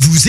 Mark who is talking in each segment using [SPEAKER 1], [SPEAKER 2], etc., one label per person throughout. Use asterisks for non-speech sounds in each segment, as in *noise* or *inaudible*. [SPEAKER 1] Vous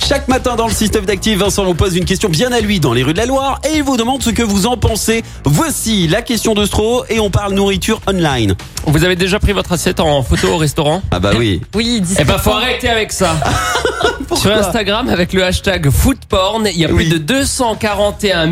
[SPEAKER 2] Chaque matin dans le système d'actifs, Vincent vous pose une question bien à lui dans les rues de la Loire et il vous demande ce que vous en pensez. Voici la question de Stro et on parle nourriture online.
[SPEAKER 3] Vous avez déjà pris votre assiette en photo au restaurant
[SPEAKER 2] Ah bah
[SPEAKER 1] *laughs*
[SPEAKER 2] oui.
[SPEAKER 4] Oui, dis
[SPEAKER 3] Eh ben, faut arrêter avec ça. Sur Instagram, avec le hashtag foodporn, il y a plus
[SPEAKER 2] Oui.
[SPEAKER 3] de 241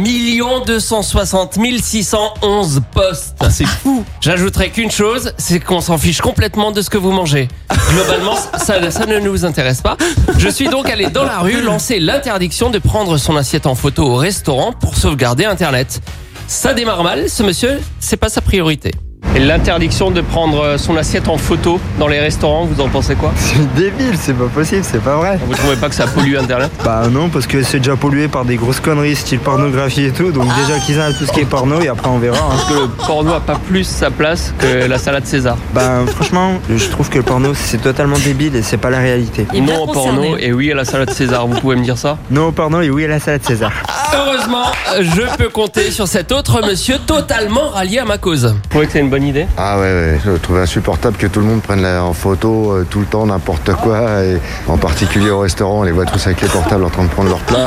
[SPEAKER 3] 260 611 posts.
[SPEAKER 2] C'est fou.
[SPEAKER 3] J'ajouterai qu'une chose, c'est qu'on s'en fiche complètement de ce que vous mangez. Globalement, *laughs* ça, ça ne nous intéresse pas. Je suis donc allé dans la rue lancer l'interdiction de prendre son assiette en photo au restaurant pour sauvegarder Internet. Ça démarre mal, ce monsieur, c'est pas sa priorité. Et l'interdiction de prendre euh, son assiette en photo dans les restaurants, vous en pensez quoi
[SPEAKER 5] C'est débile, c'est pas possible, c'est pas vrai.
[SPEAKER 3] Vous trouvez pas que ça pollue Internet
[SPEAKER 5] Bah non, parce que c'est déjà pollué par des grosses conneries, style pornographie et tout. Donc déjà qu'ils aient tout ce qui est porno et après on verra. hein.
[SPEAKER 3] Parce *laughs* que le porno a pas plus sa place que la salade César.
[SPEAKER 5] Bah franchement, je trouve que le porno c'est totalement débile et c'est pas la réalité.
[SPEAKER 4] Il est bien
[SPEAKER 3] non au porno
[SPEAKER 4] concerné.
[SPEAKER 3] et oui à la salade César, vous pouvez me dire ça
[SPEAKER 5] Non au porno et oui à la salade César.
[SPEAKER 3] Ah. Heureusement, je peux compter sur cet autre monsieur totalement rallié à ma cause. Vous trouvez que c'est une bonne idée
[SPEAKER 6] Ah ouais, ouais, je le trouve insupportable que tout le monde prenne la, en photo euh, tout le temps n'importe quoi, et en particulier au restaurant, on les voit tous avec les portables en train de prendre leur plat.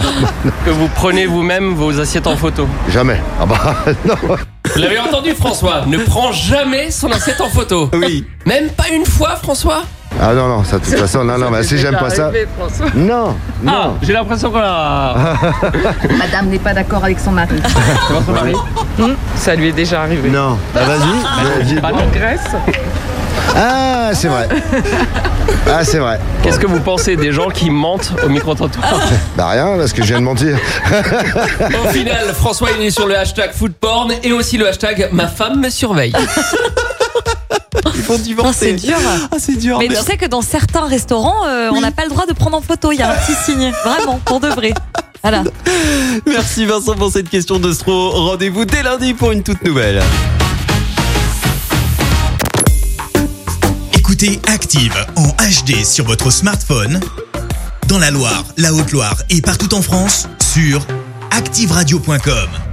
[SPEAKER 3] Que vous prenez vous-même vos assiettes en photo.
[SPEAKER 6] Jamais. Ah bah *laughs* non.
[SPEAKER 3] Vous l'avez entendu François, ne prend jamais son assiette en photo.
[SPEAKER 2] Oui.
[SPEAKER 3] Même pas une fois François
[SPEAKER 6] Ah non, non, ça de toute façon, non, non, mais si j'aime pas ça. Non,
[SPEAKER 3] Ah,
[SPEAKER 6] non.
[SPEAKER 3] j'ai l'impression qu'on a...
[SPEAKER 7] Madame n'est pas d'accord avec son mari.
[SPEAKER 3] C'est votre mari
[SPEAKER 8] Ça lui est déjà arrivé.
[SPEAKER 6] Non. Ah vas-y. vas-y.
[SPEAKER 3] Ah non.
[SPEAKER 8] Grèce
[SPEAKER 6] Ah, c'est vrai. Ah, c'est vrai.
[SPEAKER 3] Qu'est-ce que vous pensez des gens qui mentent au micro-trottoir
[SPEAKER 6] Bah rien, parce que je viens de mentir.
[SPEAKER 3] Au final, François il est sur le hashtag foodporn et aussi le hashtag ma femme me surveille.
[SPEAKER 2] Ils vont
[SPEAKER 4] Non, c'est
[SPEAKER 2] divorcer.
[SPEAKER 4] dur.
[SPEAKER 2] Ah c'est dur.
[SPEAKER 4] Mais tu
[SPEAKER 2] merde.
[SPEAKER 4] sais que dans certains restaurants, euh, on n'a pas le droit de prendre en photo. Il y a un petit signe. Vraiment, pour de vrai. Voilà.
[SPEAKER 2] Merci Vincent pour cette question de Stro. Rendez-vous dès lundi pour une toute nouvelle.
[SPEAKER 1] Écoutez Active en HD sur votre smartphone, dans la Loire, la Haute-Loire et partout en France, sur activeradio.com.